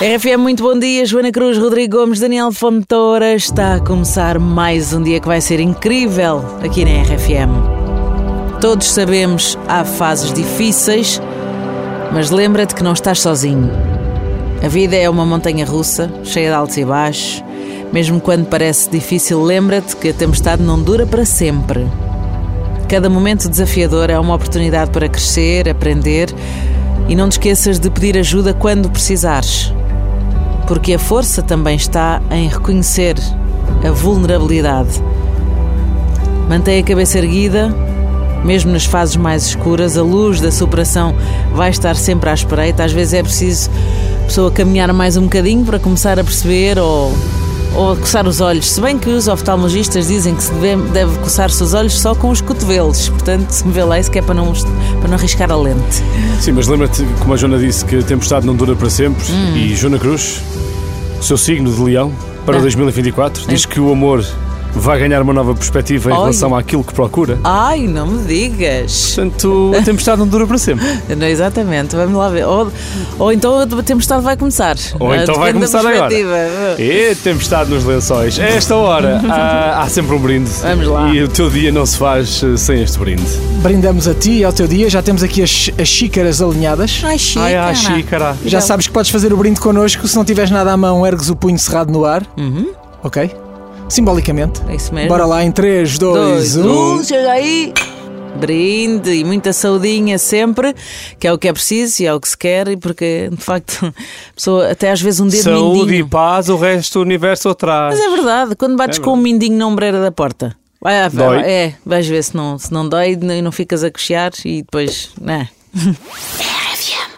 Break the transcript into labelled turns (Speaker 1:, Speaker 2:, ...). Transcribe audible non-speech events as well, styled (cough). Speaker 1: RFM, muito bom dia. Joana Cruz, Rodrigo Gomes, Daniel Fontoura. Está a começar mais um dia que vai ser incrível aqui na RFM. Todos sabemos, há fases difíceis, mas lembra-te que não estás sozinho. A vida é uma montanha russa, cheia de altos e baixos. Mesmo quando parece difícil, lembra-te que a tempestade não dura para sempre. Cada momento desafiador é uma oportunidade para crescer, aprender e não te esqueças de pedir ajuda quando precisares. Porque a força também está em reconhecer a vulnerabilidade. Mantém a cabeça erguida, mesmo nas fases mais escuras, a luz da superação vai estar sempre à espreita. Às vezes é preciso a pessoa caminhar mais um bocadinho para começar a perceber ou, ou a coçar os olhos. Se bem que os oftalmologistas dizem que se deve, deve coçar-se os olhos só com os cotovelos. Portanto, se me vê lá, isso que é para não, para não arriscar a lente.
Speaker 2: Sim, mas lembra-te, como a Joana disse, que a tempestade não dura para sempre.
Speaker 1: Hum.
Speaker 2: E Joana Cruz, o seu signo de leão para
Speaker 1: Ah. É.
Speaker 2: 2024, diz que o amor vai ganhar uma nova perspectiva em
Speaker 1: Olha.
Speaker 2: relação àquilo que procura.
Speaker 1: Ai, não me digas!
Speaker 2: Portanto, a tempestade não dura para sempre.
Speaker 1: (laughs) Não, exatamente, vamos lá ver. Ou, ou então a tempestade vai começar.
Speaker 2: Ou então vai
Speaker 1: Depende da
Speaker 2: começar agora.
Speaker 1: perspectiva.
Speaker 2: E tempestade nos lençóis. A esta hora há, há sempre um brinde.
Speaker 1: Vamos lá.
Speaker 2: E o teu dia não se faz eh, sem este brinde.
Speaker 3: Brindamos a ti e ao teu dia, já temos aqui as, as xícaras alinhadas.
Speaker 1: Ai, chique.
Speaker 2: Ai, ah,
Speaker 1: Ana.
Speaker 2: xícara.
Speaker 3: Já sabes que podes fazer o brinde connosco, se não tiveres nada à mão, ergues o punho cerrado no ar. Ok? Simbolicamente.
Speaker 1: Uhum. É isso mesmo.
Speaker 3: Bora lá em 3, 2,
Speaker 1: Dois,
Speaker 3: 1.
Speaker 1: um, chega aí. Brinde e muita saudinha sempre, que é o que é preciso e é o que se quer, e porque de facto a pessoa até às vezes um dedo
Speaker 2: Saúde e
Speaker 1: mindinho.
Speaker 2: paz, o resto do universo atrás.
Speaker 1: Mas é verdade, quando bates com um mindinho na ombreira da porta, vai, vai,
Speaker 2: Dói.
Speaker 1: é, vais ver se não, se não dói e não ficas a coxear e depois. Né?
Speaker 4: RFM.